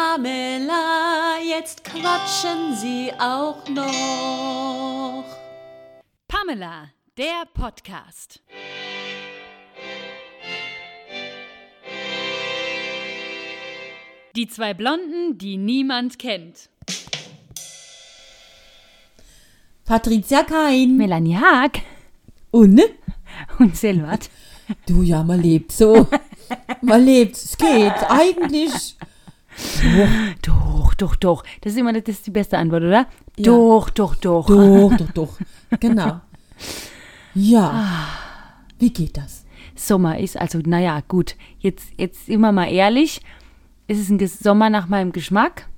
Pamela, jetzt quatschen Sie auch noch. Pamela, der Podcast. Die zwei Blonden, die niemand kennt. Patricia Kein. Melanie Haag Und ne? und Silvat. Du ja, man lebt so. Man lebt, es geht eigentlich. Doch, doch, doch. Das ist immer das ist die beste Antwort, oder? Ja. Doch, doch, doch. Doch, doch, doch. Genau. Ja. Wie geht das? Sommer ist, also naja, gut. Jetzt, jetzt immer mal ehrlich. Ist es ein Ges- Sommer nach meinem Geschmack?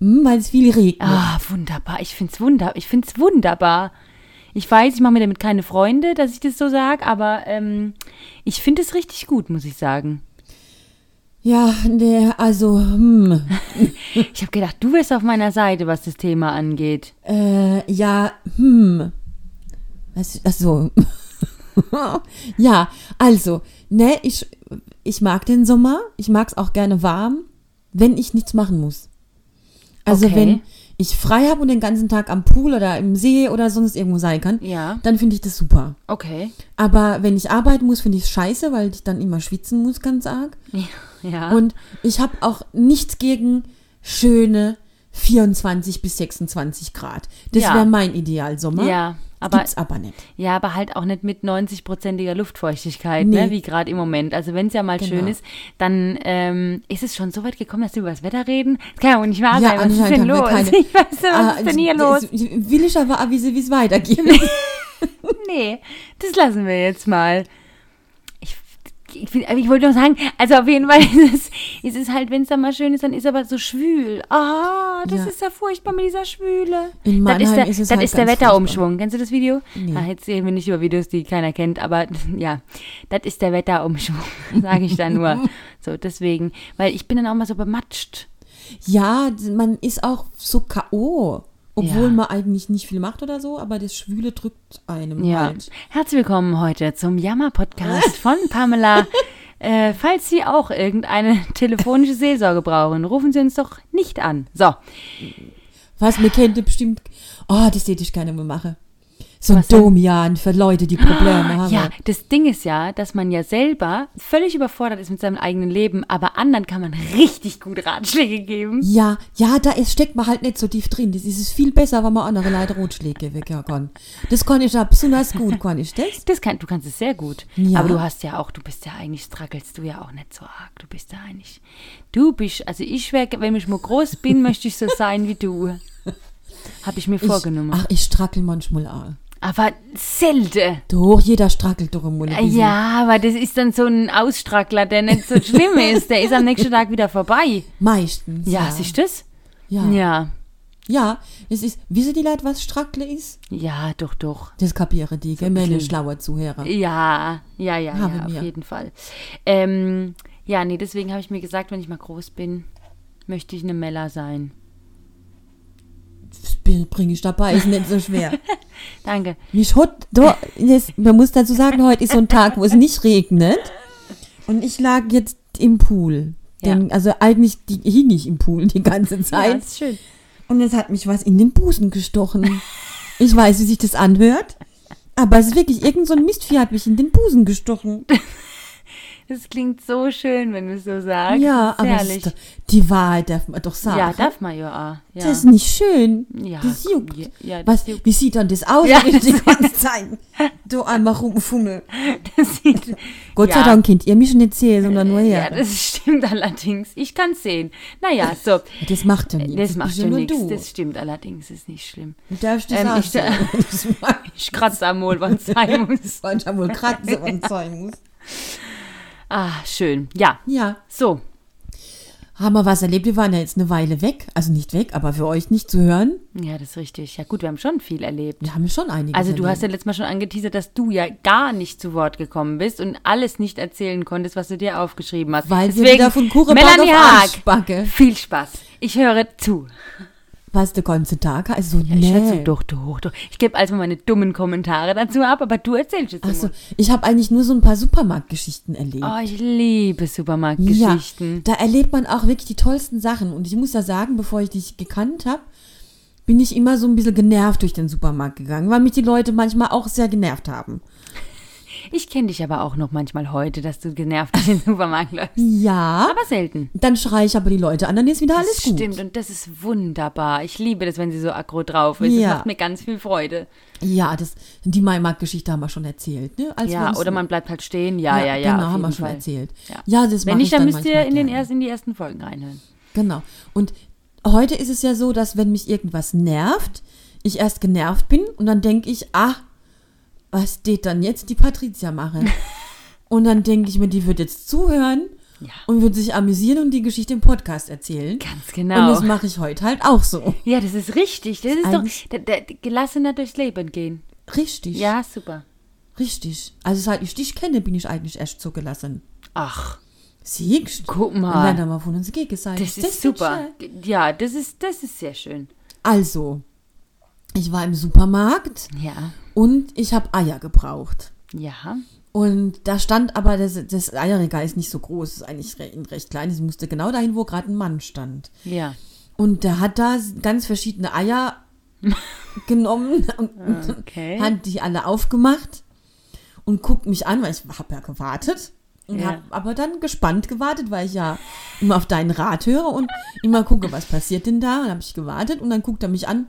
Hm, weil es viel regnet. Ah, wunderbar. Ich find's wunder, ich find's wunderbar. Ich weiß, ich mache mir damit keine Freunde, dass ich das so sage, aber ähm, ich finde es richtig gut, muss ich sagen. Ja, ne, also, hm. Ich habe gedacht, du wärst auf meiner Seite, was das Thema angeht. Äh, ja, hm. Was, ach so. ja, also, ne, ich, ich mag den Sommer. Ich mag es auch gerne warm, wenn ich nichts machen muss. Also, Okay. wenn ich frei habe und den ganzen Tag am Pool oder im See oder sonst irgendwo sein kann, Ja. dann finde ich das super. Okay. Aber wenn ich arbeiten muss, finde ich es scheiße, weil ich dann immer schwitzen muss, ganz arg. Ja. Und ich habe auch nichts gegen schöne 24 bis 26 Grad. Das Ja. wäre mein Idealsommer. Ja, aber- Gibt's aber nicht. ja, aber halt auch nicht mit 90-prozentiger Luftfeuchtigkeit, Nee. Genau. ne, wie gerade im Moment. Also wenn es ja mal schön ist, dann ähm, ist es schon so weit gekommen, dass wir über das Wetter reden. Das kann ja wohl nicht wahr sein. Was ist denn anscheinend los? haben wir Ich weiß nicht, was Ah, ist denn hier los? das- Will ich aber auch wissen, wie es weitergeht. Nee, das lassen wir jetzt mal. Ich, ich, will- ich wollte noch sagen, also auf jeden Fall ist es, ist es halt, wenn es dann mal schön ist, dann ist aber so schwül. Ah, das Ja. ist ja furchtbar mit dieser Schwüle. In das ist Mannheim der, ist es das halt ist der ganz Wetterumschwung. Kennst du das Video? Nee. Ah, jetzt reden wir nicht über Videos, die keiner kennt, aber ja, das ist der Wetterumschwung, sage ich da nur. so, deswegen, weil ich bin dann auch mal so bematscht. Ja, man ist auch so K.O., obwohl Ja. man eigentlich nicht viel macht oder so, aber das Schwüle drückt einem Ja. halt. Herzlich willkommen heute zum Jammer-Podcast von Pamela. äh, falls Sie auch irgendeine telefonische Seelsorge brauchen, rufen Sie uns doch nicht an. So, Was, mir kennt ihr bestimmt. Oh, das hätte ich gerne mal machen. So ein Was denn? Ah, Domian für Leute, die Probleme haben. ja, das Ding ist ja, dass man ja selber völlig überfordert ist mit seinem eigenen Leben, aber anderen kann man richtig gut Ratschläge geben. Ja, ja, da ist, steckt man halt nicht so tief drin. Das ist es viel besser, wenn man andere Leute Rotschläge wecken kann. Das kann ich ja besonders gut, kann ich das? Das kann, du kannst es sehr gut. Ja. Aber du hast ja auch, du bist ja eigentlich, struggelst du ja auch nicht so arg. Du bist ja eigentlich, du bist, also ich wär, wenn ich mal groß bin, möchte ich so sein wie du. Habe ich mir vorgenommen. Ich, ach, ich strackel manchmal auch. Aber selten. Doch, jeder strackelt doch im ein bisschen. Äh, Ja, aber das ist dann so ein Ausstrackler, der nicht so schlimm ist. Der ist am nächsten Tag wieder vorbei. Meistens. Ja, ja. siehst du das? ja. ja. Ja. es ist, wissen die Leute, was Strackle ist? Ja, doch, doch. Das kapiere die, gell, meine bisschen. schlauer Zuhörer. Ja, ja, ja, Habe ja mir. auf jeden Fall. Ähm, ja, nee, deswegen habe ich mir gesagt, wenn ich mal groß bin, möchte ich eine Mella sein. Das bringe ich dabei, ist nicht so schwer. Danke. Mich hat, doch, jetzt, man muss dazu sagen, heute ist so ein Tag, wo es nicht regnet. Und ich lag jetzt im Pool. Ja. Denn, Also eigentlich die, hing ich im Pool die ganze Ja, Zeit. ist schön. Und es hat mich was in den Busen gestochen. Ich weiß, wie sich das anhört. Aber es ist wirklich, irgend so ein Mistvieh hat mich in den Busen gestochen. Das klingt so schön, wenn du es so sagst. Ja, Das ist aber es herrlich. ist, doch- die Wahrheit darf man doch sagen. Ja, darf man ja auch. Ja. Das ist nicht schön. Ja, das juckt. ja, ja, das Was, wie sieht dann das aus, Ja, wenn ich die das- ganze Zeit du einmal rumfummel? das sieht, Gott sei Ja. Äh, Dank kennt ihr mich nicht sehen, sondern nur Ja, her. das, das stimmt allerdings. Ich kann es sehen. Naja, so. macht ja nichts. Äh, Das bist macht schon nur nichts. Du. Das stimmt allerdings, ist nicht schlimm. du darfst das Ähm, ähm, ich- Ich mag Ich kratze am Mol, wann's sein muss. ich ja wohl gerade so was zeigen muss. Ah, schön. Ja. Ja, So. haben wir was erlebt. Wir waren ja jetzt eine Weile weg. Also nicht weg, aber für euch nicht zu hören. Ja, das ist richtig. Ja, gut, wir haben schon viel erlebt. Wir haben schon einiges Also du hast erlebt. ja letztes Mal schon angeteasert, dass du ja gar nicht zu Wort gekommen bist und alles nicht erzählen konntest, was du dir aufgeschrieben hast. Weil wir wieder von Kuchenback Melanie auf Haag, Arschbacke. viel Spaß. Ich höre zu. Was, den ganzen Tag? Also, so, Ich erzähl nee. doch, doch, doch. Ich gebe also meine dummen Kommentare dazu ab, aber du erzählst jetzt Achso, immer. ich habe eigentlich nur so ein paar Supermarktgeschichten erlebt. Oh, ich liebe Supermarktgeschichten. Ja, da erlebt man auch wirklich die tollsten Sachen. Und ich muss ja sagen, bevor ich dich gekannt habe, bin ich immer so ein bisschen genervt durch den Supermarkt gegangen, weil mich die Leute manchmal auch sehr genervt haben. Ich kenne dich aber auch noch manchmal heute, dass du genervt in den Supermarkt läufst. Ja, Aber selten. dann schreie ich aber die Leute an, dann ist wieder alles das gut. stimmt und das ist wunderbar. Ich liebe das, wenn sie so aggro drauf ist. Ja. Das macht mir ganz viel Freude. Ja, das, die Maimarkt-Geschichte haben wir schon erzählt. Ne? Als wir Ja, uns- oder man bleibt halt stehen. Ja, ja, ja. Genau, auf haben wir jeden schon Fall. erzählt. Ja. Ja, das Wenn mach nicht, dann müsst manchmal ihr in, den gerne. ersten, in die ersten Folgen reinhören. Genau. Und heute ist es ja so, dass wenn mich irgendwas nervt, ich erst genervt bin und dann denke ich, ah, was steht dann jetzt die Patricia machen? und dann denke ich mir, die wird jetzt zuhören Ja. und wird sich amüsieren und die Geschichte im Podcast erzählen. Ganz genau. Und das mache ich heute halt auch so. Ja, das ist richtig. Das ist doch Eigentlich- der, der, gelassener durchs Leben gehen. Richtig. Ja, super. Richtig. Also seit ich dich kenne, bin ich eigentlich erst so gelassen. Ach, Siehst Guck mal. Wir werden mal von uns gegenseitig. das, ist geht super. schnell. Ja, das ist, das ist sehr schön. Also, ich war im Supermarkt Ja. und ich habe Eier gebraucht. Ja. Und da stand aber, das, das Eierregal ist nicht so groß, ist eigentlich re- recht klein. Ich musste genau dahin, wo gerade ein Mann stand. Ja. Und der hat da ganz verschiedene Eier genommen und Ah, Okay. hat die alle aufgemacht und guckt mich an, weil ich habe ja gewartet. Und Ja. habe aber dann gespannt gewartet, weil ich ja immer auf deinen Rat höre und immer gucke, was passiert denn da. Und habe ich gewartet und dann guckt er mich an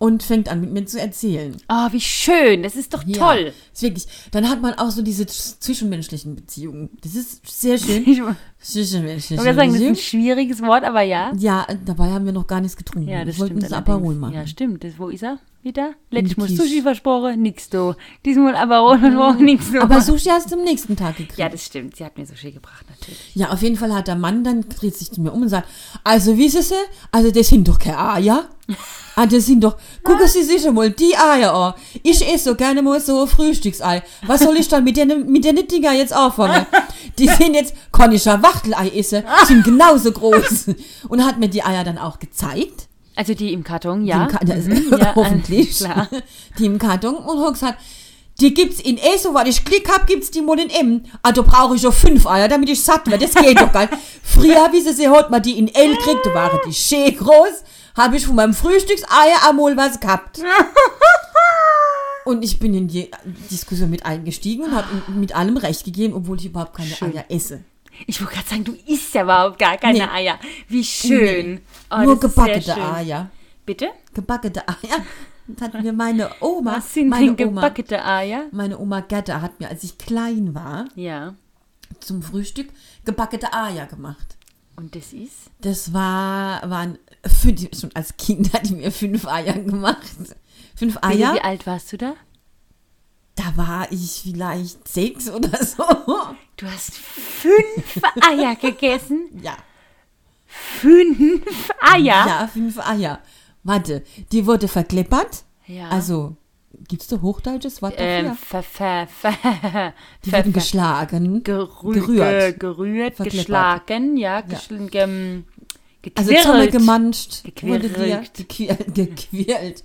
und fängt an, mit mir zu erzählen. Oh, wie schön. Das ist doch Ja, toll. Ist wirklich. Dann hat man auch so diese z- zwischenmenschlichen Beziehungen. Das ist sehr schön. Ich wollte Zwischenmenschliche sagen, das ist ein Beziehungen. schwieriges Wort, aber ja. Ja, dabei haben wir noch gar nichts getrunken. Ja, das wir wollten stimmt. uns Aperol allerdings. machen. Ja, stimmt. Das, wo ist er? Wieder? Letztes Mal Kies. Mhm. Sushi versprochen, nix do. Diesmal Aperol versprochen, nix do. Aber Sushi hast du am nächsten Tag gekriegt. ja, Ja. das stimmt. Sie hat mir Sushi gebracht, natürlich. auf jeden Fall hat der Mann dann dreht sich zu mir um und sagt, also wie ist es? Also das sind doch keine Eier. Ah, das sind doch, gucken Sie sich mal die Eier an. Ich esse so gerne mal so ein Frühstücksei. Was soll ich dann mit den, mit den Dinger jetzt anfangen? Die sind jetzt, kann ich ja Wachtelei essen, sind genauso groß. Und hat mir die Eier dann auch gezeigt. Also die im Karton, die ja. im Ka ja, Mhm, ja, hoffentlich, Klar. die im Karton und hat gesagt, die gibt's in E, soweit ich Glück hab, gibt's die mal in M. Ah, da brauche ich doch fünf Eier, damit ich satt werde. Das geht doch geil. Früher, wie sie sie heute mal die in L kriegt, da waren die schön groß, habe ich von meinem Frühstückseier einmal was gehabt. Und ich bin in die Diskussion mit eingestiegen und habe mit allem recht gegeben, obwohl ich überhaupt keine Schön. Eier esse. Ich wollte gerade sagen, du isst ja überhaupt gar keine Nee. Eier. Wie schön. Oh, Nur das ist sehr gebackene schön. Eier. Bitte? Gebackene Eier. Das hat mir meine Oma, Was sind meine denn Oma, gebackene Eier? Meine Oma Gerda hat mir, als ich klein war, Ja. zum Frühstück gebackene Eier gemacht. Und das ist? Das war, waren fünf, schon als Kind hat die mir fünf Eier gemacht. Fünf Bitte, Wie Eier? alt warst du da? Da war ich vielleicht sechs oder so. Du hast fünf Eier gegessen. Ja. Fünf Eier? Ja, fünf Eier. Warte, die wurde verkleppert. Ja. Also, gibt es da hochdeutsches Wort dafür? Ähm, ver, ver, ver, die ver, wurden ver, geschlagen. gerü gerührt. gerührt, gerührt Verkleppert. geschlagen, ja, geschl Gem, Also Zunge gequirlt. gemanscht, Gequirlt. wurde die- gequirlt, gequirlt.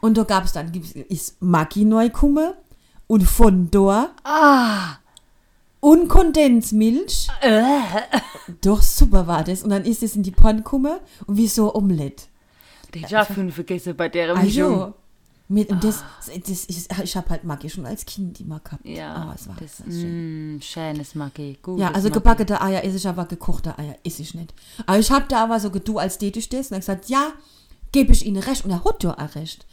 Und da gab es dann, gibt's- ist Maggi Neukumme und Fondor ah, und Kondensmilch. äh, Doch, super war das. Und dann ist es in die Pannkumme und wie so Omelette. den ich auch fünf vergessen bei der Mischung. Also, mit, und das, das ist, ich habe halt Maggi schon als Kind immer gehabt. Ah. Ja, Ah, es war das, das ist schön. mm, schönes Maggi, gutes Ja, also Maggi. gebackene Eier esse ich, aber gekochte Eier esse ich nicht. Aber ich hab da aber so gedu als Dete stehst und hab gesagt, ja, gebe ich Ihnen recht. Und er hat ja auch recht.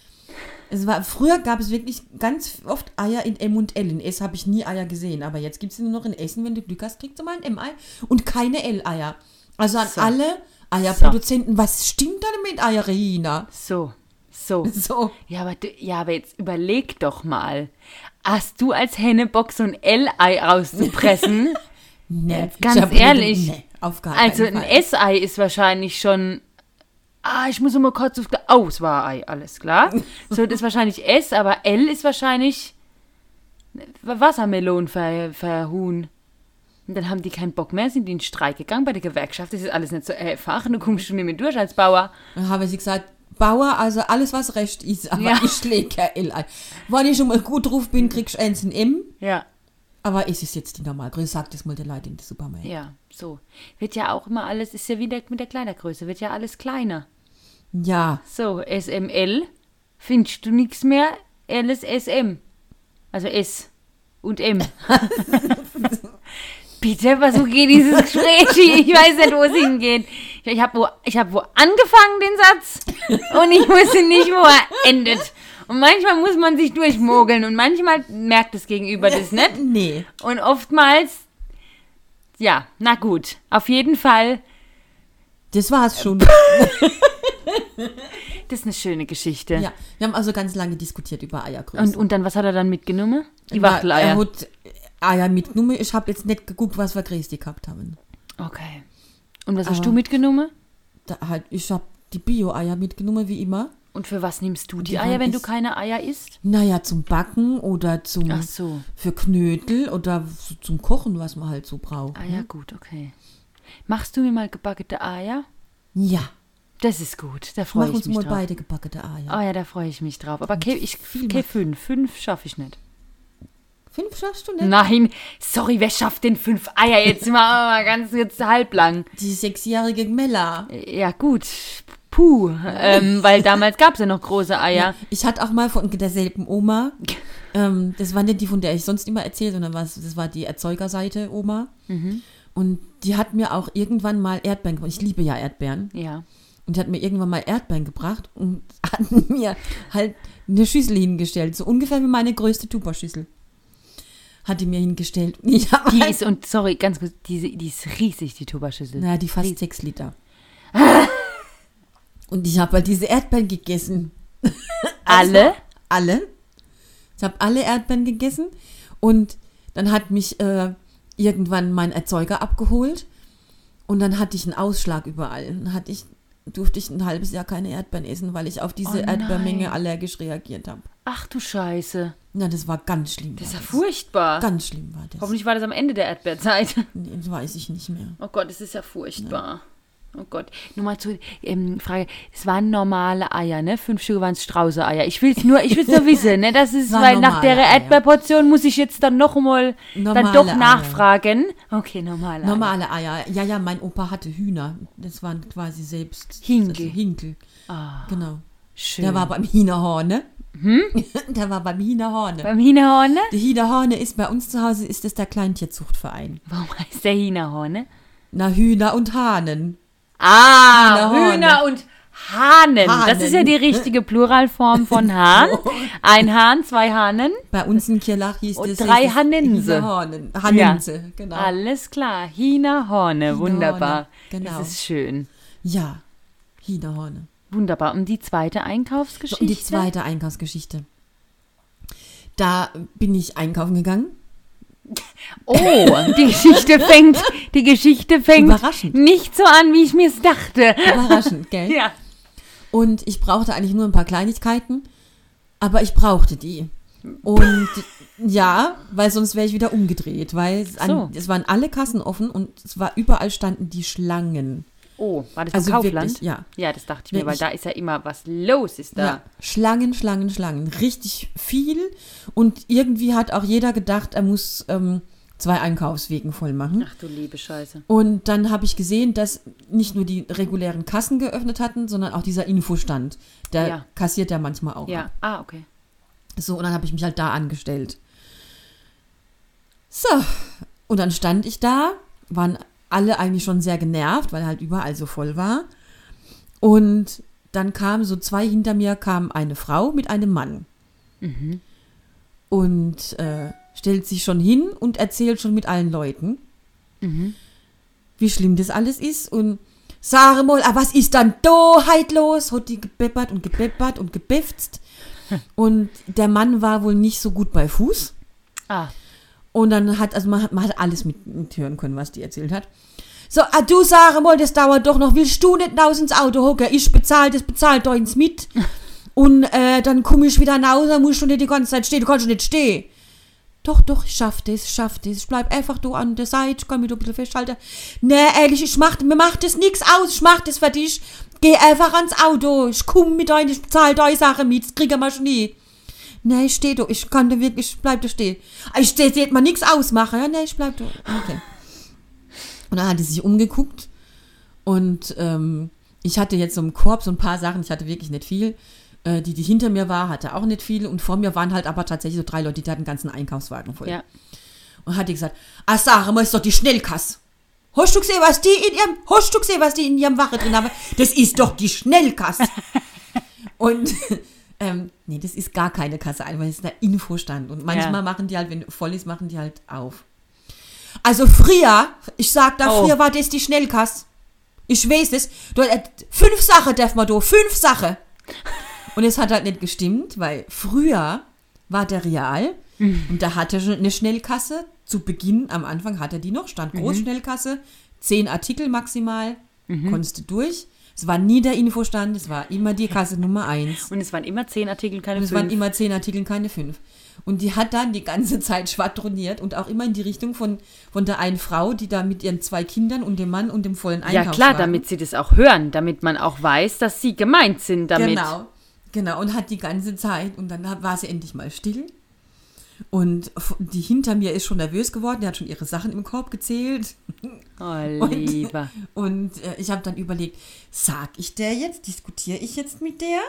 Es war, früher gab es wirklich ganz oft Eier in M und L. In S habe ich nie Eier gesehen, aber jetzt gibt es nur noch in Essen, wenn du Glück hast, kriegst du mal ein M-Ei und keine L-Eier. Also an So. alle Eierproduzenten, was stimmt denn mit Eierina? So, so. So. Ja aber, du, ja, aber jetzt überleg doch mal. Hast du als Hennebock so ein L-Ei rauszupressen? Nee, ganz Sabrina, ehrlich. Nee, ne, auf gar also keinen ein Fall. S-Ei ist wahrscheinlich schon... Ah, ich muss immer kurz auf... Oh, es war Ei, alles klar. So, das ist wahrscheinlich S, aber L ist wahrscheinlich Wassermelon ver, verhuhn. Und dann haben die keinen Bock mehr, sind die in den Streik gegangen bei der Gewerkschaft. Das ist alles nicht so einfach. Du kommst schon nicht mehr durch als Bauer. Dann habe ich gesagt, Bauer, also alles, was recht ist, aber Ja. ich lege kein L ein. Wenn ich schon mal gut drauf bin, kriegst du eins ein M. Ja. Aber es ist jetzt die Normalgröße, sagt das mal den Leuten in der Supermarkt. Ja, so. Wird ja auch immer alles, ist ja wieder mit der Kleidergröße, wird ja alles kleiner. Ja, So, SML, findest du nichts mehr, alles SM. Also S und M. Bitte, was, wo geht dieses Gespräch? hin? Ich weiß nicht, wo es hingeht. Ich, ich habe wo, ich hab wo angefangen, den Satz, und ich wusste nicht, wo er endet. Und manchmal muss man sich durchmogeln und manchmal merkt das Gegenüber das nicht. nee. Und oftmals, ja, na gut. Auf jeden Fall, Das war's schon. das ist eine schöne Geschichte. Ja, wir haben also ganz lange diskutiert über Eiergröße. Und, und dann, was hat er dann mitgenommen? Die Na, Wachteleier. Er hat Eier mitgenommen. Ich habe jetzt nicht geguckt, was wir gerichtet gehabt haben. Okay. Und was hast Aber- du mitgenommen? Da halt, ich habe die Bio-Eier mitgenommen, wie immer. Und für was nimmst du die, Die Eier, waren wenn du ist- keine Eier isst? Naja, zum Backen oder zum Ach so. für Knödel oder so zum Kochen, was man halt so braucht. Ah ja, gut, okay. Machst du mir mal gebackene Eier? Ja, Das ist gut, da freue mach ich uns mich mal drauf. beide gebackene Eier. Ah ja, da freue ich mich drauf. Aber ke ich, viel ke mehr. fünf. Fünf schaffe ich nicht. Fünf schaffst du nicht? Nein, sorry, wer schafft denn fünf Eier? Jetzt sind wir mal ganz jetzt halblang. Die sechsjährige Mella. Ja, gut. Puh, ähm, weil damals gab es ja noch große Eier. Ich hatte auch mal von derselben Oma, ähm, das war nicht die, von der ich sonst immer erzähle, sondern was, das war die Erzeugerseite Oma. Mhm. Und die hat mir auch irgendwann mal Erdbeeren gebracht. Ich liebe ja Erdbeeren. Ja. Und die hat mir irgendwann mal Erdbeeren gebracht und hat mir halt eine Schüssel hingestellt. So ungefähr wie meine größte Tupperschüssel. Hat die mir hingestellt. Und Ich hab Die halt- ist, und sorry, ganz kurz, die, die ist riesig, die Tubaschüssel. Naja, die fast sechs Liter. Und ich habe halt diese Erdbeeren gegessen. Alle? Alle. Ich habe alle Erdbeeren gegessen. Und dann hat mich äh, irgendwann mein Erzeuger abgeholt. Und dann hatte ich einen Ausschlag überall. Dann hatte ich, durfte ich ein halbes Jahr keine Erdbeeren essen, weil ich auf diese Oh nein. Erdbeermenge allergisch reagiert habe. Ach du Scheiße. Ja, das war ganz schlimm. Das ist ja war furchtbar. Ganz schlimm war das. Hoffentlich war das am Ende der Erdbeerzeit. Nee, Das weiß ich nicht mehr. Oh Gott, das ist ja furchtbar. Oh Gott. Nur mal zur ähm, Frage. Es waren normale Eier, ne? Fünf Stück waren Strauße-Eier. Ich will's nur, ich will's nur wissen, ne? Das ist, Waren weil nach normale der Eier. Erdbeerportion muss ich jetzt dann noch mal dann Normale doch Eier. nachfragen. Okay, normale Eier. Normale Eier. Ja, ja, mein Opa hatte Hühner. Das waren quasi selbst. Hinkel. Also Hinkel. Ah. Genau. Schön. Der war beim Hühnerhorne. Hm? Der war beim Hühnerhorne. beim Hinahorne? Der Hühnerhorne ist bei uns zu Hause, ist es der Kleintierzuchtverein. Warum heißt der Hinahorne? Na, Hühner und Hahnen. Ah, Hühnerhorne. Hühner und Hahnen. Das Hahnen. ist ja die richtige Pluralform von Hahn. Ein Hahn, zwei Hahnen. Bei uns in Kirlach hieß Und das. drei hieß das Hannense. Hühnerhornen. Hannense, genau. Alles klar. Hinahorne, wunderbar. genau. Das ist schön. Ja, Hühnerhorne. Wunderbar. Und die zweite So, Einkaufsgeschichte? Und die zweite Einkaufsgeschichte. Da bin ich einkaufen gegangen. Oh, die Geschichte fängt, die Geschichte fängt Überraschend. nicht so an, wie ich mir es dachte. Überraschend, gell? Ja. Und ich brauchte eigentlich nur ein paar Kleinigkeiten, aber ich brauchte die. Und ja, weil sonst wäre ich wieder umgedreht, weil es, an, So. es waren alle Kassen offen und es war überall standen die Schlangen. Oh, war das Also im Kaufland? wirklich, ja. Ja, das dachte ich mir, weil Wirklich. da ist ja immer was los, ist da. Ja, Schlangen, Schlangen, Schlangen. Richtig viel. Und irgendwie hat auch jeder gedacht, er muss ähm, zwei Einkaufswegen voll machen. Ach du liebe Scheiße. Und dann habe ich gesehen, dass nicht nur die regulären Kassen geöffnet hatten, sondern auch dieser Infostand. Der Ja. kassiert ja manchmal auch. Ja, ab. ah, okay. So, und dann habe ich mich halt da angestellt. So, und dann stand ich da, waren alle eigentlich schon sehr genervt, weil halt überall so voll war. Und dann kamen so zwei hinter mir, kam eine Frau mit einem Mann. Und äh, stellt sich schon hin und erzählt schon mit allen Leuten, Mhm. wie schlimm das alles ist. Und sage mal, ah, was ist dann da halt los? Hat die gebeppert und gebeppert und gebefzt. Und der Mann war wohl nicht so gut bei Fuß. Ah, Und dann hat, also man hat, man hat alles mit, mithören können, was die erzählt hat. So, ah, du sag mal, das dauert doch noch. Willst du nicht raus ins Auto hocken? Ich bezahle das, bezahlt doch ins mit. Und äh, dann komme ich wieder nach Hause, musst du nicht die ganze Zeit stehen, du kannst schon nicht stehen. Doch, doch, ich schaff das, ich schaff das. Ich bleib einfach da an der Seite, ich kann mich da ein bisschen festhalten. Nee, ehrlich, ich mach, mir macht das nichts aus, ich mach das für dich. Geh einfach ans Auto. Ich komme mit euch, ich zahle deine Sache mit. Das kriegen wir schon nie. Nee, ich stehe da. Ich kann da wirklich, ich bleib da stehen. Ich steh, seht mal nichts ausmachen. Ja, nee, ich bleib da. Okay. Und dann hat die sich umgeguckt. Und ähm, ich hatte jetzt so im Korb so ein paar Sachen. Ich hatte wirklich nicht viel. Äh, die, die hinter mir war, hatte auch nicht viel. Und vor mir waren halt aber tatsächlich so drei Leute, die hatten einen ganzen Einkaufswagen voll. Ja. Und hat die gesagt, ah, Sarah, mal ist doch die Schnellkass. Hast du gesehen, was die in ihrem, hast du gesehen, was die in ihrem Wache drin haben? Das ist doch die Schnellkass. und, ähm, nee, das ist gar keine Kasse, weil es ist der Infostand. Und manchmal Ja. machen die halt, wenn voll ist, machen die halt auf. Also früher, ich sag da, Oh. früher war das die Schnellkass. Ich weiß es. Du, äh, fünf Sachen darf man do, fünf Sachen. Und es hat halt nicht gestimmt, weil früher war der Real und da hatte er schon eine Schnellkasse. Zu Beginn, am Anfang hatte die noch, stand Großschnellkasse, zehn Artikel maximal, konntest du durch. Es war nie der Infostand, es war immer die Kasse Nummer eins. Und es waren immer zehn Artikel, Und keine es waren fünf. immer zehn Artikel, keine fünf. Und die hat dann die ganze Zeit schwadroniert und auch immer in die Richtung von, von der einen Frau, die da mit ihren zwei Kindern und dem Mann und dem vollen Einkauf Ja klar, damit sie das auch hören, damit man auch weiß, dass sie gemeint sind damit. Genau, genau. Und hat die ganze Zeit. Und dann hab- war sie endlich mal still. Und f- die hinter mir ist schon nervös geworden. Die hat schon ihre Sachen im Korb gezählt. Oh, Und, lieber. und äh, ich habe dann überlegt, sag ich der jetzt? Diskutiere ich jetzt mit der?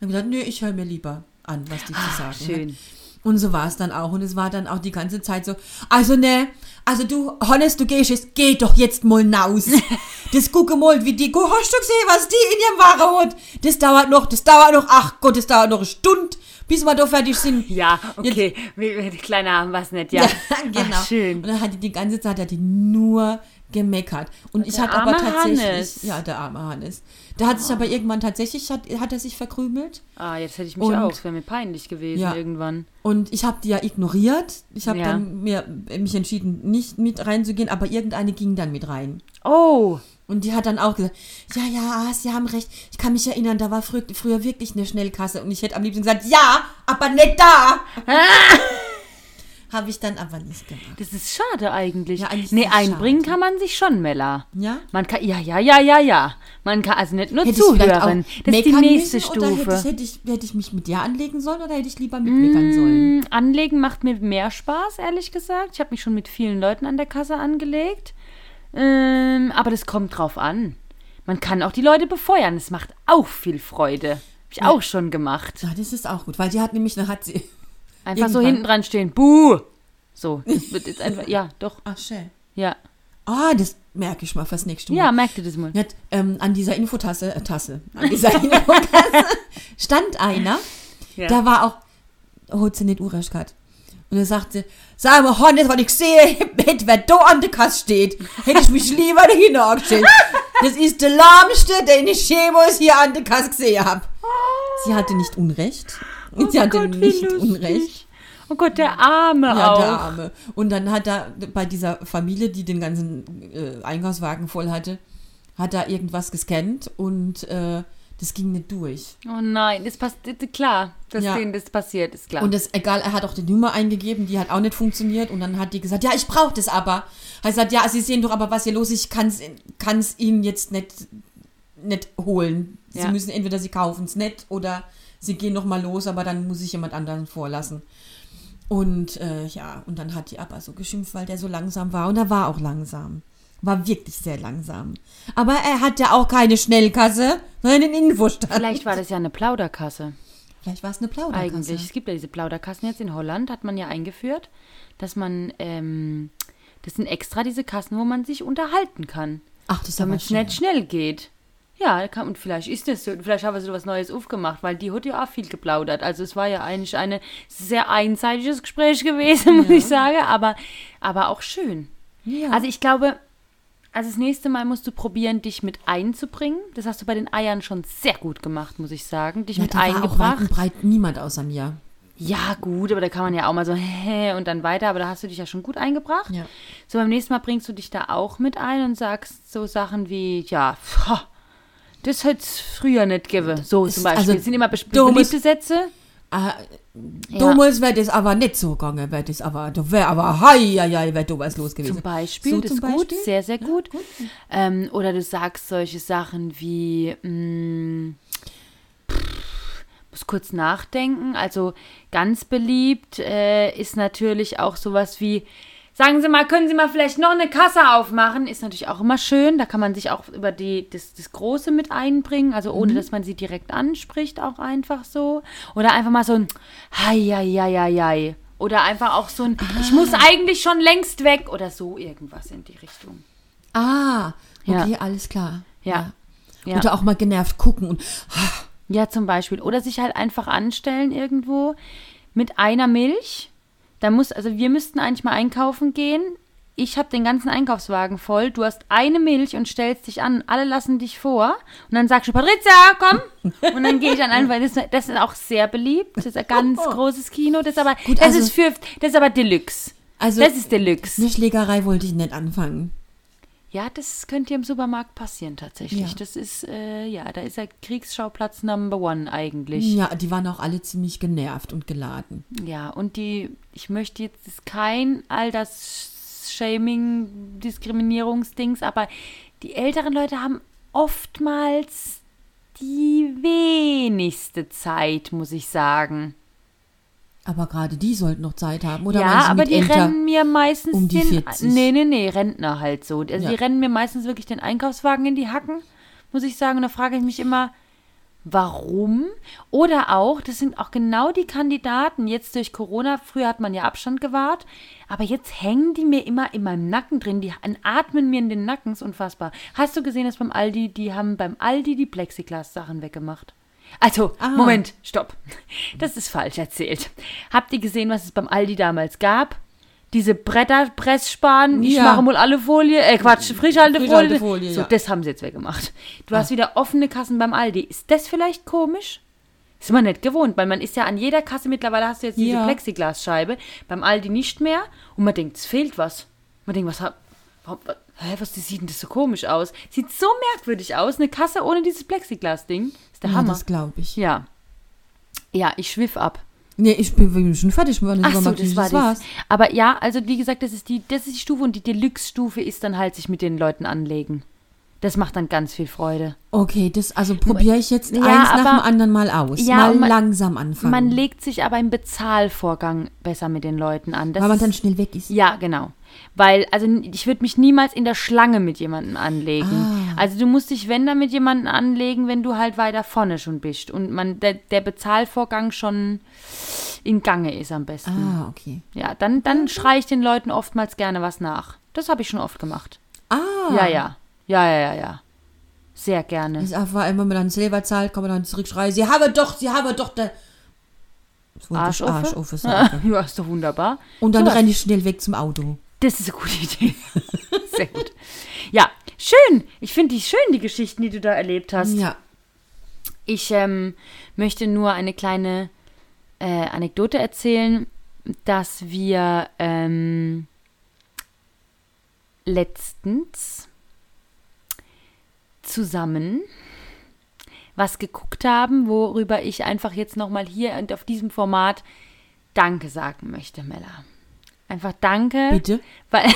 Und gesagt, nö, ich höre mir lieber an, was die zu sagen hat. Schön. Und so war es dann auch. Und es war dann auch die ganze Zeit so, also ne, also du, Hannes, du gehst jetzt, geh doch jetzt mal naus. Das gucke mal, wie die, gu- hast du gesehen, was die in ihrem Ware hat? Das dauert noch, das dauert noch, ach Gott, das dauert noch eine Stunde, bis wir da fertig sind. Ja, okay. Wir, wir, die Kleiner haben was nicht, ja. genau. Ach, Und schön. dann hat die die ganze Zeit hat die nur gemeckert. Und ich Der hatte aber arme tatsächlich, Hannes. ja, der arme Hannes. Der hat sich aber irgendwann tatsächlich, hat, hat er sich verkrümelt. Ah, jetzt hätte ich mich Und- auch. Es wäre mir peinlich gewesen Ja. irgendwann. Und ich habe die ja ignoriert. Ich habe Ja. dann mir, mich entschieden, nicht mit reinzugehen, aber irgendeine ging dann mit rein. Oh, Und die hat dann auch gesagt, ja, ja, ah, Sie haben recht. Ich kann mich erinnern, da war frü früher wirklich eine Schnellkasse. Und ich hätte am liebsten gesagt, ja, aber nicht da. habe ich dann aber nicht gemacht. das ist schade eigentlich. Ja, eigentlich ist nee, das einbringen schade. kann man sich schon, Mella. Ja? Man kann, ja, ja, ja, ja, ja. Man kann also nicht nur Hätte ich vielleicht auch zuhören. Das ist die meckern nächste müssen, Oder hätte Stufe. ich, hätte, ich, hätte ich mich mit dir anlegen sollen oder hätte ich lieber mitmeckern sollen? Mm, Anlegen macht mir mehr Spaß, ehrlich gesagt. Ich habe mich schon mit vielen Leuten an der Kasse angelegt. Ähm, aber das kommt drauf an. Man kann auch die Leute befeuern. Das macht auch viel Freude. Habe ich auch schon gemacht. Ja, das ist auch gut, weil die hat nämlich, da hat sie... Einfach so Irgendwann. hinten dran stehen. Buh! So, das wird jetzt einfach. Ja, doch. Ach, schön. Ja. Ah, das merke ich mal fürs nächste Mal. Ja, merkt ihr das mal. Ja, t- ähm, an dieser Infotasse, äh, Tasse, an dieser Infotasse stand einer, Ja. da war auch, holt sie nicht Uraschkat. Und er sagte, sag mal, Hornet, was ich sehe, hätte wer da an der Kasse steht, hätte ich mich lieber dahin angestellt. Das ist der lahmste, den ich jemals hier an der Kasse gesehen habe. Sie hatte nicht Unrecht. Und sie Oh hatte wie nicht lustig. Unrecht. Oh Gott, der Arme Ja, auch. der Arme. Und dann hat er bei dieser Familie, die den ganzen äh, Einkaufswagen voll hatte, hat er irgendwas gescannt und äh, das ging nicht durch. Oh nein, das passt das- klar, dass Ja. denen das passiert, ist klar. Und das, egal, er hat auch die Nummer eingegeben, die hat auch nicht funktioniert. Und dann hat die gesagt, ja, ich brauche das aber. Er sagt, ja, Sie sehen doch aber, was hier los ist. Ich kann es kann's Ihnen jetzt nicht, nicht holen. Sie Ja. müssen entweder Sie kaufen es nicht oder Sie gehen nochmal los, aber dann muss ich jemand anderen vorlassen. Und äh, ja, und dann hat die aber so geschimpft, weil der so langsam war. Und er war auch langsam. War wirklich sehr langsam. Aber er hat ja auch keine Schnellkasse, sondern einen Infostand. Vielleicht war das ja eine Plauderkasse. Vielleicht war es eine Plauderkasse. Eigentlich. Es gibt ja diese Plauderkassen jetzt in Holland, hat man ja eingeführt, dass man, ähm, das sind extra diese Kassen, wo man sich unterhalten kann, Ach, das ist aber damit es schnell. nicht schnell geht. Ja, kann, und vielleicht ist das so, vielleicht haben sie was Neues aufgemacht, weil die hat ja auch viel geplaudert. Also es war ja eigentlich ein sehr einseitiges Gespräch gewesen, muss ich sagen, aber, aber auch schön. Ja. Also ich glaube, also das nächste Mal musst du probieren, dich mit einzubringen. Das hast du bei den Eiern schon sehr gut gemacht, muss ich sagen. Dich Ja, mit da war auch weit eingebracht. und breit niemand außer mir. Ja, gut, aber da kann man ja auch mal so hä und dann weiter, aber da hast du dich ja schon gut eingebracht. Ja. So beim nächsten Mal bringst du dich da auch mit ein und sagst so Sachen wie ja, pff, das hätt's früher nicht gegeben. So Ist- zum Beispiel. also, das sind immer be dummes- beliebte Sätze. Ah, Damals wäre das aber nicht so gegangen, wäre das aber, da wäre aber, hei, hei, hei, wäre was los gewesen. Zum Beispiel, So das zum ist gut, Beispiel? sehr, sehr gut. Ähm, oder du sagst solche Sachen wie, mm, mh, pff, muss kurz nachdenken. Also ganz beliebt äh, ist natürlich auch sowas wie, sagen Sie mal, können Sie mal vielleicht noch eine Kasse aufmachen? Ist natürlich auch immer schön. Da kann man sich auch über die, das, das Große mit einbringen, also ohne dass man sie direkt anspricht, auch einfach so. Oder einfach mal so ein, hei, hei, hei, hei, hei. Oder einfach auch so ein, ich muss eigentlich schon längst weg oder so irgendwas in die Richtung. Ah, Ja. okay, alles klar. Ja. Ja. Oder auch mal genervt gucken und ah, Ja, zum Beispiel. Oder sich halt einfach anstellen irgendwo mit einer Milch. Da muss, also wir müssten eigentlich mal einkaufen gehen. Ich habe den ganzen Einkaufswagen voll. Du hast eine Milch und stellst dich an. Alle lassen dich vor. Und dann sagst du, Patrizia, komm. Und dann gehe ich dann an, weil das, das ist auch sehr beliebt. Das ist ein ganz großes Kino. Das ist aber, das Oh. also- ist für, das ist aber Deluxe. Also- das ist Deluxe. eine Schlägerei wollte ich nicht anfangen. Ja, das könnte im Supermarkt passieren tatsächlich. Ja. Das ist, äh, ja, da ist der Kriegsschauplatz Number One eigentlich. Ja, die waren auch alle ziemlich genervt und geladen. Ja, und die, ich möchte jetzt ist kein Altersshaming, Diskriminierungsdings, aber die älteren Leute haben oftmals die wenigste Zeit, muss ich sagen. Aber gerade die sollten noch Zeit haben, oder? ja, meinst du aber mit die Enter? rennen mir meistens um die den 40? Nee, nee, nee, Rentner halt so. Also Ja. die rennen mir meistens wirklich den Einkaufswagen in die Hacken, muss ich sagen, und da frage ich mich immer Warum? Oder auch, das sind auch genau die Kandidaten jetzt durch Corona. Früher hat man ja Abstand gewahrt, aber jetzt hängen die mir immer in meinem Nacken drin. Die atmen mir in den Nacken, ist unfassbar. Hast du gesehen, dass beim Aldi, die haben beim Aldi die Plexiglas-Sachen weggemacht? Also, Ah. Moment, stopp. Das ist falsch erzählt. Habt ihr gesehen, was es beim Aldi damals gab? Diese Bretterpressspanen, ich Ja. mache mal alle Folie, äh Quatsch, Frischhaltefolie. Frischhaltefolie, so, ja. das haben sie jetzt weggemacht. Du Ah. hast wieder offene Kassen beim Aldi. Ist das vielleicht komisch? Ist man nicht gewohnt, weil man ist ja an jeder Kasse mittlerweile hast du jetzt diese Ja. Plexiglasscheibe, beim Aldi nicht mehr und man denkt, es fehlt was. Man denkt, was hab, warum, wa- hä, was sieht denn das so komisch aus? Sieht so merkwürdig aus, eine Kasse ohne dieses Plexiglas-Ding. Ist der Ja, Hammer. das glaube ich. Ja. Ja, ich schwiff ab. Nee, ich bin, bin schon fertig. Wir waren in Ach so, Supermarkt, das war das war's. das. Aber ja, also wie gesagt, das ist die, das ist die Stufe und die Deluxe-Stufe ist dann halt sich mit den Leuten anlegen. Das macht dann ganz viel Freude. Okay, das, also probiere ich jetzt Ja, eins nach aber- dem anderen mal aus. Ja, mal und man- langsam anfangen. Man legt sich aber im Bezahlvorgang besser mit den Leuten an. Das weil man ist- dann schnell weg ist. Ja, genau. Weil, also n- ich würde mich niemals in der Schlange mit jemandem anlegen. Ah. Also du musst dich, wenn dann mit jemandem anlegen, wenn du halt weiter vorne schon bist und man der, der Bezahlvorgang schon in Gange ist am besten. Ah, okay. Ja, dann, dann schreie ich den Leuten oftmals gerne was nach. Das habe ich schon oft gemacht. Ah, Ja, ja. Ja, ja, ja, ja. Sehr gerne. ist einfach immer, wenn man dann selber zahlt, kann man dann zurückschreien, sie habe doch, sie habe doch, da. Das wollte ich Arschoffe? Arschoffe sagen. Ja, ist doch wunderbar. Und dann Sowas. renne ich schnell weg zum Auto. Das ist eine gute Idee. Sehr gut. Ja, schön. Ich finde die schön, die Geschichten, die du da erlebt hast. Ja. Ich ähm, möchte nur eine kleine äh, Anekdote erzählen, dass wir ähm, letztens zusammen was geguckt haben, worüber ich einfach jetzt nochmal hier und auf diesem Format Danke sagen möchte, Mella. Einfach Danke. Bitte? Weil,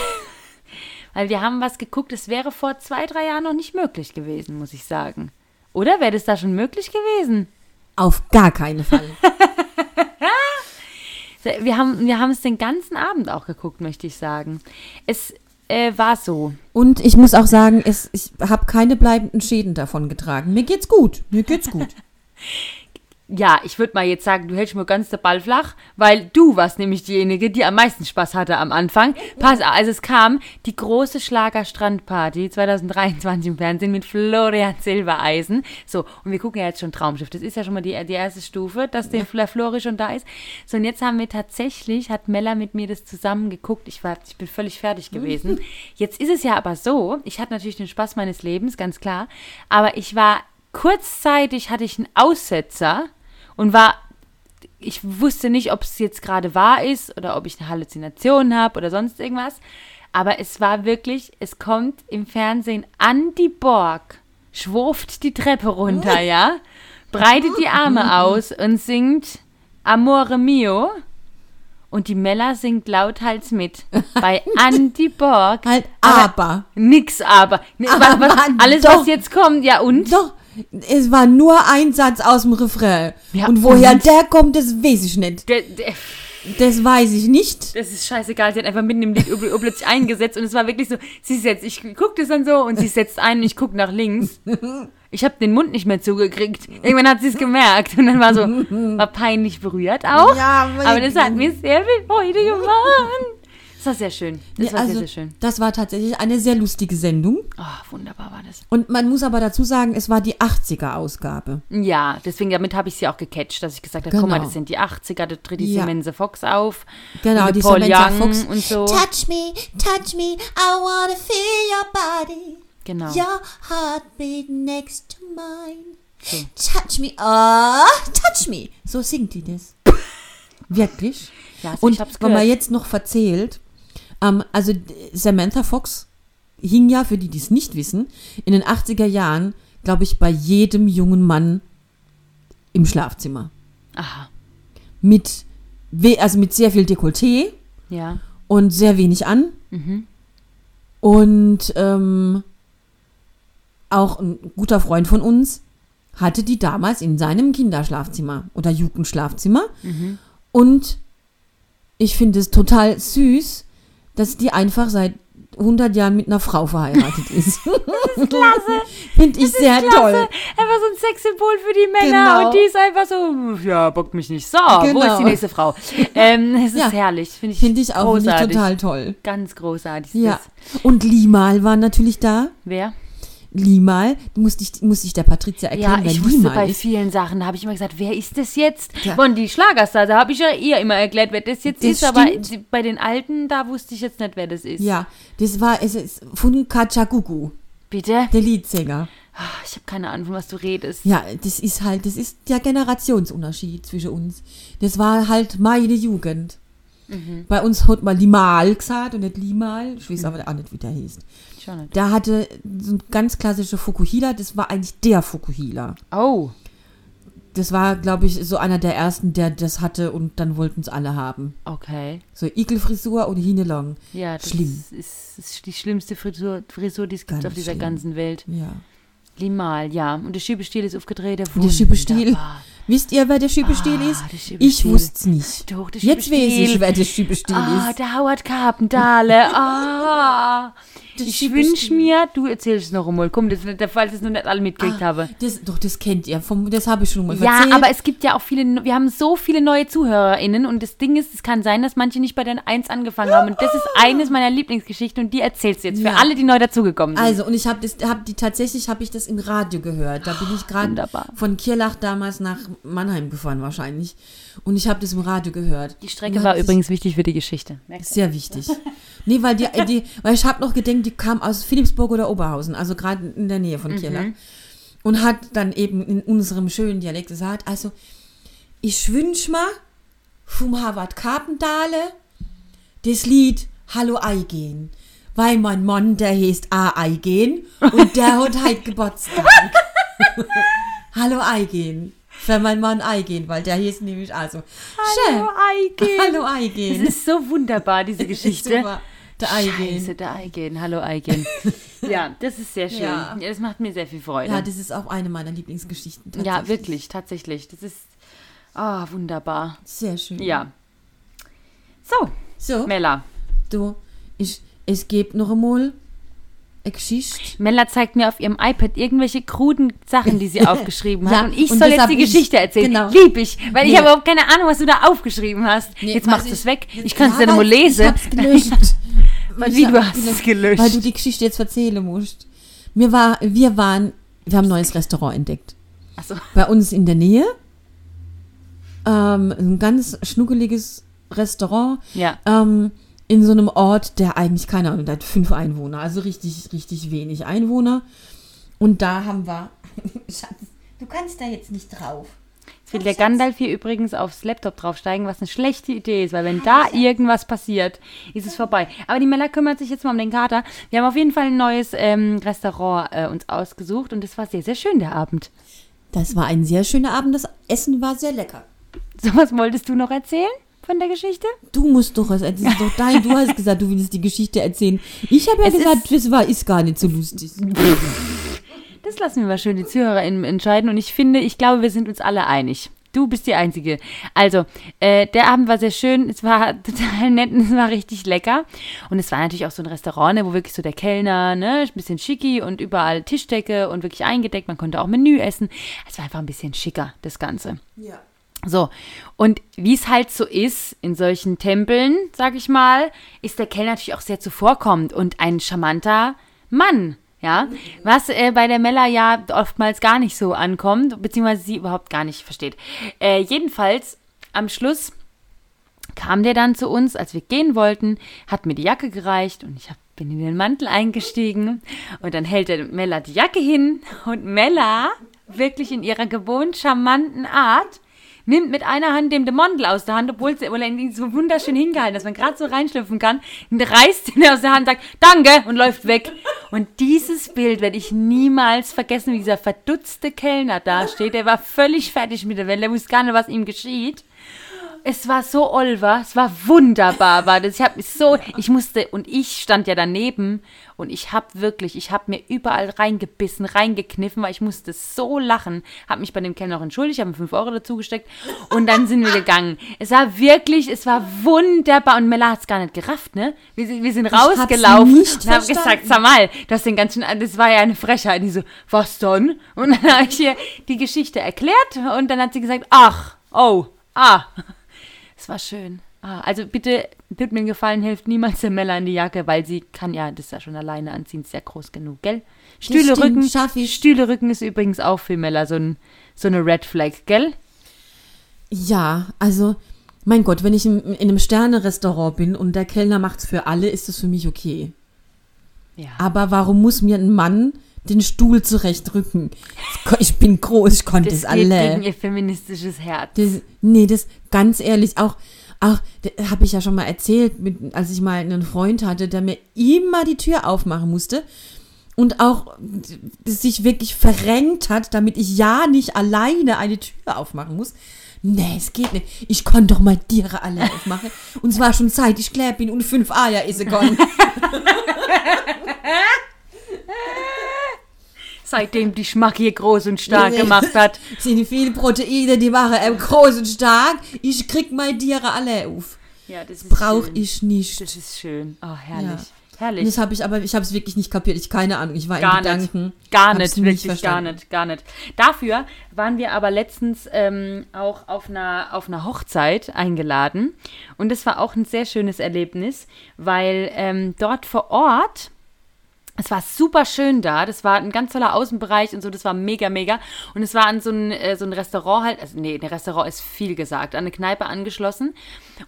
weil wir haben was geguckt, es wäre vor zwei, drei Jahren noch nicht möglich gewesen, muss ich sagen. Oder wäre das da schon möglich gewesen? Auf gar keinen Fall. Wir haben, wir haben es den ganzen Abend auch geguckt, möchte ich sagen. Es äh, war so. Und ich muss auch sagen, es, ich habe keine bleibenden Schäden davon getragen. Mir geht's gut. Mir geht's gut. Ja, ich würde mal jetzt sagen, du hältst mir ganz den Ball flach, weil du warst nämlich diejenige, die am meisten Spaß hatte am Anfang. Pass, auf, also es kam die große Schlagerstrandparty 2023 im Fernsehen mit Florian Silbereisen. So, und wir gucken ja jetzt schon Traumschiff. Das ist ja schon mal die, die erste Stufe, dass der Fla- Flori schon da ist. So, und jetzt haben wir tatsächlich, hat Mella mit mir das zusammen geguckt. Ich, war, ich bin völlig fertig gewesen. Jetzt ist es ja aber so, ich hatte natürlich den Spaß meines Lebens, ganz klar, aber ich war kurzzeitig hatte ich einen Aussetzer und war, ich wusste nicht, ob es jetzt gerade wahr ist oder ob ich eine Halluzination habe oder sonst irgendwas. Aber es war wirklich, es kommt im Fernsehen Andy Borg, schwurft die Treppe runter, ja, breitet die Arme aus und singt Amore Mio. Und die Mella singt lauthals mit. Bei Andy Borg. Halt, aber. Nix aber. Nee, Aber was, was, alles, doch. was jetzt kommt, ja und? Doch, es war nur ein Satz aus dem Refrain. Ja, und woher und? der kommt, das weiß ich nicht. Der, der, Das weiß ich nicht. das ist scheißegal. Sie hat einfach mitten im Lied ur- ur- plötzlich eingesetzt und es war wirklich so, sie setzt, ich guck das dann so und sie setzt ein und ich guck nach links. Ich habe den Mund nicht mehr zugekriegt. Irgendwann hat sie es gemerkt und dann war so, war peinlich berührt auch. Ja, aber- aber das hat mir sehr viel Freude gemacht. Das war sehr schön. Das Ja, war also, Ah, sehr, sehr schön. Das war tatsächlich eine sehr lustige Sendung. Oh, wunderbar war das. Und man muss aber dazu sagen, es war die 80er-Ausgabe. Ja, deswegen damit habe ich sie auch gecatcht, dass ich gesagt habe, guck mal, Genau. das sind die 80er, da tritt die Ja. Semense Fox auf. Genau, und die Paul Samantha Young Fox. und so. Touch me, touch me, I wanna feel your body. Genau. Your heartbeat next to mine. Touch me, oh, touch me. So singt die das. Wirklich? Ja, also Und ich hab's wenn man gehört. jetzt noch verzählt, ähm, also d- Samantha Fox hing ja, für die, die es nicht wissen, in den 80er Jahren, glaube ich, bei jedem jungen Mann im Schlafzimmer. Aha. Mit, we- also mit sehr viel Dekolleté Ja. und sehr wenig an. Mhm. Und ähm, auch ein guter Freund von uns hatte die damals in seinem Kinderschlafzimmer oder Jugendschlafzimmer. Mhm. Und ich finde es total süß, dass die einfach seit 100 Jahren mit einer Frau verheiratet ist. Klasse. Finde ich sehr toll. Klasse. Einfach so ein Sexsymbol für die Männer. Genau. Und die ist einfach so, ja, bockt mich nicht. So, wo Genau. ist die nächste Frau? Ähm, es ist Ja. herrlich. Finde ich, Finde ich auch finde ich großartig. total toll. Ganz großartig. ist Ja. Das. Und Limal war natürlich da. Wer? Limal musste ich, musste ich der Patricia Ja, erklären, ich wer wusste Limal bei ist. vielen Sachen, da habe ich immer gesagt, wer ist das jetzt? Ja. Und die Schlagerstar, da habe ich ja ihr immer erklärt, wer das jetzt Das ist, aber stimmt. die- bei den Alten, da wusste ich jetzt nicht, wer das ist. Ja, das war es ist von Kachagugu, Bitte? der Leadsänger. Ah, Ich habe keine Ahnung, von was du redest. Ja, das ist halt, das ist der Generationsunterschied zwischen uns. Das war halt meine Jugend. Bei uns hat man Limal gesagt und nicht Limal. Ich weiß aber auch nicht, wie der hieß. Schon nicht. Da hatte so ein ganz klassischer Fukuhila, das war eigentlich der Fukuhila. Oh, Das war, glaube ich, so einer der ersten, der das hatte und dann wollten es alle haben. okay. So Igelfrisur und Hinelong. Ja, das Schlimm. Ist, ist die schlimmste Frisur, Frisur die es gibt Ganz auf dieser schlimm. ganzen Welt. Ja. Limal, ja. Und der Schiebestiel ist aufgedreht. Und der Schiebestiel. Wunderbar. Wisst ihr, wer der Schiebestiel Ah, ist? der Schiebestiel. Ich wusste's nicht. Doch, der Jetzt weiß ich, Schiebestiel. wer der Schiebestiel Ah, ist. der Howard Carpentale. Ah. Ich wünsch mir, du erzählst es noch einmal. Komm, das ist nicht der Fall, dass ich es noch nicht alle Ah. mitgekriegt habe. Das, doch, das kennt ihr. Vom, das habe ich schon mal Ja, erzählt. aber es gibt ja auch viele, wir haben so viele neue ZuhörerInnen und das Ding ist, es kann sein, dass manche nicht bei den 1 angefangen haben und das ist eines meiner Lieblingsgeschichten und die erzählst du jetzt Ja. für alle, die neu dazugekommen sind. Also, und ich habe das, hab die, tatsächlich habe ich das im Radio gehört. Da bin ich gerade Wunderbar. von Kirlach damals nach Mannheim gefahren wahrscheinlich. Und ich habe das im Radio gehört. die Strecke Und war hab das- übrigens wichtig für die Geschichte. Sehr wichtig. Nee, weil die, äh, die weil ich habe noch gedenkt, die kam aus Philipsburg oder Oberhausen, also gerade in der Nähe von Kirlach. Und hat dann eben in unserem schönen Dialekt gesagt, also ich wünsch mal vom Harvard Carpentale das Lied Hallo Eigen, weil mein Mann, der heißt A Eigen und der hat halt Geburtstag. Hallo Eigen, für mein Mann Eigen, weil der heißt nämlich also. Hallo, Eigen. Hallo Eigen. Es ist so wunderbar, diese Das ist Geschichte. super. Der Eigen. Scheiße, der Eigen. Hallo Eigen. ja, das ist sehr schön. Ja. Ja. Das macht mir sehr viel Freude. Ja, das ist auch eine meiner Lieblingsgeschichten. Ja, tatsächlich. wirklich, tatsächlich. Das ist ah wunderbar. Sehr schön. Ja. So, So, Mella. du, ich, es gibt noch einmal eine Geschichte. Mella zeigt mir auf ihrem iPad irgendwelche kruden Sachen, die sie aufgeschrieben hat. Ja, und ich und soll jetzt deshalb die ist- Geschichte erzählen. genau. Lieb ich, weil ich Nee. habe überhaupt keine Ahnung, was du da aufgeschrieben hast. Nee, jetzt weiß machst du es weg. Ich kann es ja, ja nochmal weil Ich lesen. hab's gelöscht. Weil Ich Wie, hab du hast es gelöscht. Weil du die Geschichte jetzt erzählen musst. Mir war, wir waren, wir haben ein neues Restaurant entdeckt. Achso. Bei uns in der Nähe. Ähm, ein ganz schnuckeliges Restaurant. Ja. Ähm, in so einem Ort, der eigentlich keine Ahnung, der hat fünf Einwohner, also richtig, richtig wenig Einwohner. Und da haben wir. Schatz, du kannst da jetzt nicht drauf. Jetzt will der Gandalf hier übrigens aufs Laptop draufsteigen, was eine schlechte Idee ist, weil wenn da irgendwas passiert, ist es vorbei. Aber die Mella kümmert sich jetzt mal um den Kater. Wir haben auf jeden Fall ein neues ähm, Restaurant äh, uns ausgesucht und es war sehr, sehr schön der Abend. Das war ein sehr schöner Abend. Das Essen war sehr lecker. Sowas wolltest du noch erzählen von der Geschichte? Du musst doch, das ist doch dein, du hast gesagt, du willst die Geschichte erzählen. Ich habe ja Es gesagt, das war, ist gar nicht so lustig. Das lassen wir mal schön die ZuhörerInnen entscheiden. Und ich finde, ich glaube, wir sind uns alle einig. Du bist die Einzige. Also, äh, der Abend war sehr schön. Es war total nett und es war richtig lecker. Und es war natürlich auch so ein Restaurant, ne, wo wirklich so der Kellner, ne, ein bisschen schicki und überall Tischdecke und wirklich eingedeckt. Man konnte auch Menü essen. Es war einfach ein bisschen schicker, das Ganze. Ja. So, und wie es halt so ist in solchen Tempeln, sag ich mal, ist der Kellner natürlich auch sehr zuvorkommend und ein charmanter Mann, ja, was äh, bei der Mella ja oftmals gar nicht so ankommt, beziehungsweise sie überhaupt gar nicht versteht. Äh, jedenfalls, am Schluss kam der dann zu uns, als wir gehen wollten, hat mir die Jacke gereicht und ich hab, bin in den Mantel eingestiegen und dann hält der Mella die Jacke hin und Mella, wirklich in ihrer gewohnt charmanten Art, nimmt mit einer Hand dem Demondel aus der Hand, obwohl sie obwohl er ihn so wunderschön hingehalten, dass man gerade so reinschlüpfen kann, und reißt ihn aus der Hand, sagt Danke und läuft weg. Und dieses Bild werde ich niemals vergessen, wie dieser verdutzte Kellner da steht. Der war völlig fertig mit der Welt, der wusste gar nicht, was ihm geschieht. Es war so Olver, es war wunderbar, war das. Ich habe so, ich musste und ich stand ja daneben und ich habe wirklich, ich habe mir überall reingebissen, reingekniffen, weil ich musste so lachen, habe mich bei dem Kellner auch entschuldigt, habe ihm 5 Euro dazu gesteckt und dann sind wir gegangen. Es war wirklich, es war wunderbar und Mella hat es gar nicht gerafft, ne? Wir, sind- wir sind hab's rausgelaufen nicht und habe gesagt, verstanden. sag mal, du hast den ganzen, das war ja eine Frechheit. Und die so, was denn? Und dann habe ich ihr die Geschichte erklärt und dann hat sie gesagt, ach, oh, ah. Es war schön. Ah, also bitte, tut mir einen Gefallen, hilft niemals der Mella in die Jacke, weil sie kann ja das ja schon alleine anziehen, ist ja groß genug, gell? Stühle stimmt, Rücken, schaff ich. Stühle Rücken ist übrigens auch für Mella so, ein, so eine Red Flag, gell? Ja, also, mein Gott, wenn ich in, in einem Sterne-Restaurant bin und der Kellner macht's für alle, ist es für mich okay. Ja. Aber warum muss mir ein Mann den Stuhl zurechtrücken? Ich bin groß, ich konnte das es geht alle. gegen ihr feministisches Herz. Das, nee, das ganz ehrlich, auch, auch habe ich ja schon mal erzählt, mit, als ich mal einen Freund hatte, der mir immer die Tür aufmachen musste und auch äh, sich wirklich verrenkt hat, damit ich ja nicht alleine eine Tür aufmachen muss. Nee, es geht nicht. Ich kann doch mal Tiere alle aufmachen. Und zwar schon seit ich klein bin und fünf Eier essen kann. Seitdem die Schmack hier groß und stark Nee. gemacht hat. Sind viele Proteine, die machen ähm, groß und stark. Ich krieg meine Tiere alle auf. Ja, das ist Brauche schön. ich nicht. Das ist schön. Oh, herrlich. Und Herrlich. Das habe ich aber, ich habe es wirklich nicht kapiert. Ich keine Ahnung. Ich war Gar in Gedanken. nicht. Gar nicht, hab's wirklich gar nicht, gar nicht. Dafür waren wir aber letztens ähm, auch auf einer, auf einer Hochzeit eingeladen. Und das war auch ein sehr schönes Erlebnis, weil ähm, dort vor Ort es war super schön da. Das war ein ganz toller Außenbereich und so. Das war mega, mega. Und es war an so ein, äh, so ein Restaurant halt. Also, nee, ein Restaurant ist viel gesagt. An eine Kneipe angeschlossen.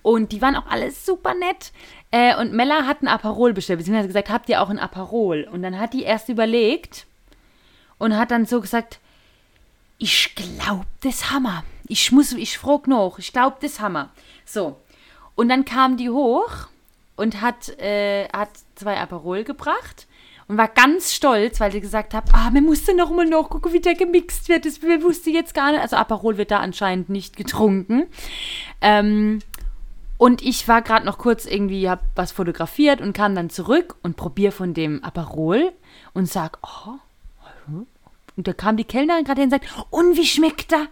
Und die waren auch alle super nett. Äh, und Mella hat ein Aperol bestellt. Beziehungsweise gesagt, habt ihr auch ein Aperol? Und dann hat die erst überlegt und hat dann so gesagt, ich glaub, das Hammer. Ich muss, ich frag noch. Ich glaub, das Hammer. So. Und dann kam die hoch und hat, äh, hat zwei Aperol gebracht und war ganz stolz, weil sie gesagt hat, ah, wir mussten noch mal nachgucken, wie der gemixt wird. Das wir wusste jetzt gar nicht. Also Aperol wird da anscheinend nicht getrunken. Ähm, und ich war gerade noch kurz irgendwie, hab was fotografiert und kam dann zurück und probier von dem Aperol und sag, oh, und da kam die Kellnerin gerade hin und sagt, und wie schmeckt er?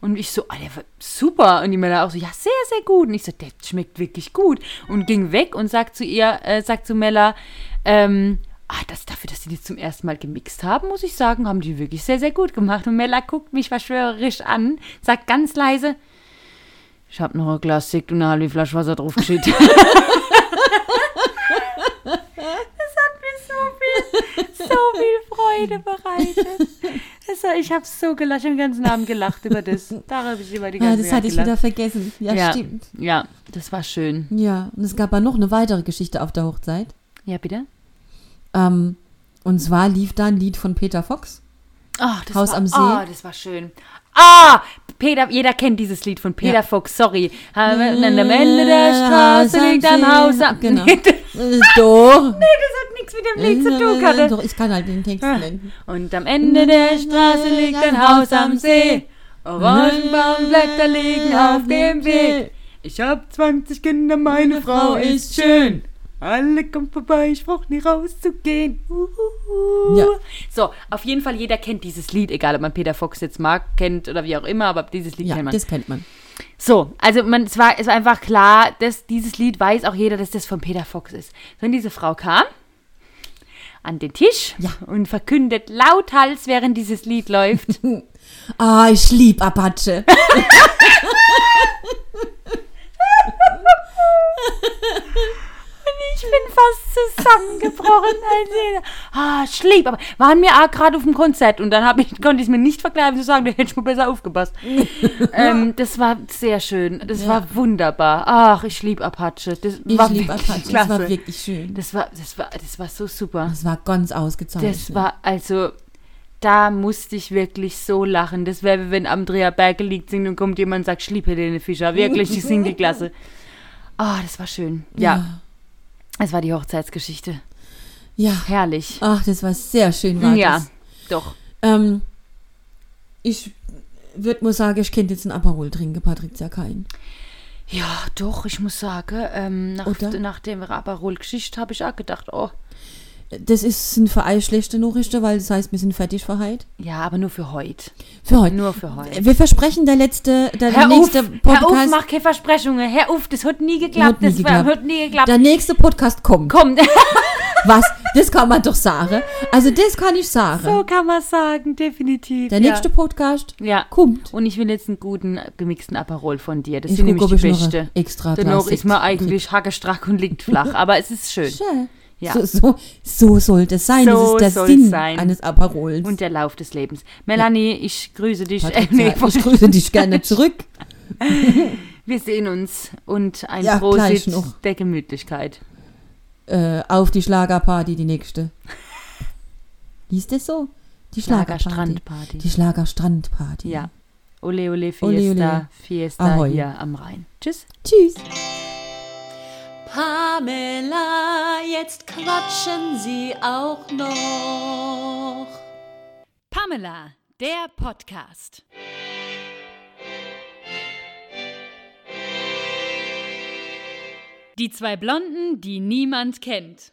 Und ich so, ah, der war super. Und die Mella auch so, ja, sehr, sehr gut. Und ich so, der schmeckt wirklich gut. Und ging weg und sagt zu ihr, äh, sagt zu Mella, ähm, ah, das dafür, dass die das zum ersten Mal gemixt haben, muss ich sagen, haben die wirklich sehr, sehr gut gemacht. Und Mella guckt mich verschwörerisch an, sagt ganz leise, ich hab noch ein Glas Sekt und eine halbe Flasche Wasser draufgeschüttet. das hat mir so viel, so viel Freude bereitet. Das war, ich habe so gelacht, ich hab den ganzen Abend gelacht über das. Da habe ich über die Ja, ganze Ah, das hatte ich Nacht wieder gelacht. vergessen. Ja, ja, stimmt. Ja, das war schön. Ja, und es gab ja noch eine weitere Geschichte auf der Hochzeit. Ja, bitte? Ähm, und zwar lief da ein Lied von Peter Fox. Ach, das Haus war, am See. Ah, das war schön. Ah, Peter, jeder kennt dieses Lied von Peter Ja. Fox, sorry. Am Ende Äh, der Straße liegt ein Haus am Genau. Nee, das Äh, Doch. hat nichts mit dem Lied zu tun, Ah, Karin. Doch, ich kann halt den Text nennen. Und am Ende der Straße liegt ein Haus am See. Orangenbaumblätter liegen auf dem Weg. Ich hab 20 Kinder, meine Frau ist schön. Alle kommen vorbei, ich brauch nie rauszugehen. Uhuhu. Ja. So, auf jeden Fall, jeder kennt dieses Lied, egal ob man Peter Fox jetzt mag, kennt oder wie auch immer, aber dieses Lied Ja, kennt man. das kennt man. So, also man, es, war, es war einfach klar, dass dieses Lied weiß auch jeder, dass das von Peter Fox ist. Wenn diese Frau kam an den Tisch Ja. und verkündet lauthals, während dieses Lied läuft, Ah, ich lieb Apache. ich bin fast zusammengebrochen. Also, ah, schlieb, aber waren wir auch gerade auf dem Konzert und dann hab ich, konnte ich es mir nicht verkleiden zu sagen, da hätte ich mal besser aufgepasst. ähm, das war sehr schön, das war wunderbar. Ach, ich lieb Apache. Das Ich war lieb wirklich Apache. Das klasse. war wirklich schön. das war, das war, das war so super. Das war ganz ausgezeichnet. Das war also, da musste ich wirklich so lachen. Das wäre, wie wenn Andrea Berge liegt singt und kommt jemand und sagt, schlieb Helene Fischer. Wirklich, ich singe die Klasse. Ah, das war schön. Ja. Es war die Hochzeitsgeschichte. Ja. Herrlich. Ach, das war sehr schön, war ja, das. doch. Ähm, ich würde mal sagen, ich könnte jetzt einen Aperol trinken, Patricia Kein. Ja, doch, ich muss sagen, ähm, nach, Oder? nach dem Rabarol-Geschichte habe ich auch gedacht, oh, Das ist, sind für alle schlechte Nachrichten, weil das heißt, wir sind fertig für heute. ja, aber nur für heute. Für heute. Nur für heute. Wir versprechen, der letzte, der, der Herr Uff, nächste Herr Uff, Podcast, mach keine Versprechungen. Herr Uff, das hat nie geklappt. nie das war, geklappt. hat nie geklappt. der nächste Podcast kommt. Komm, Was? Das kann man doch sagen. Also das kann ich sagen. so kann man sagen, definitiv. Der ja. nächste Podcast Ja. kommt. Und ich will jetzt einen guten äh, gemixten Aperol von dir. Das Ich sind nämlich gucke, die ob ich noch beste. extra Dennoch Glas ist man Sekt eigentlich hackestrack und liegt flach, aber es ist schön. Schön. Ja. So, so, so sollte es sein. So das ist der soll's Sinn sein. eines Aperols. Und der Lauf des Lebens. Melanie, ich grüße dich. Äh, Patricia, nee, ich grüße dich gerne zurück. Wir sehen uns und ein Ja, gleich Prosit noch. der Gemütlichkeit. Äh, auf die Schlagerparty, die nächste. Hieß das so? Die Schlagerparty. Schlagerstrandparty. Die Schlagerstrandparty. Ja. Ole, ole, Fiesta, Mhm. Ole, ole. Fiesta Ahoi. hier am Rhein. Tschüss. Tschüss. Pamela, jetzt quatschen Sie auch noch. Pamela, der Podcast. Die zwei Blonden, die niemand kennt.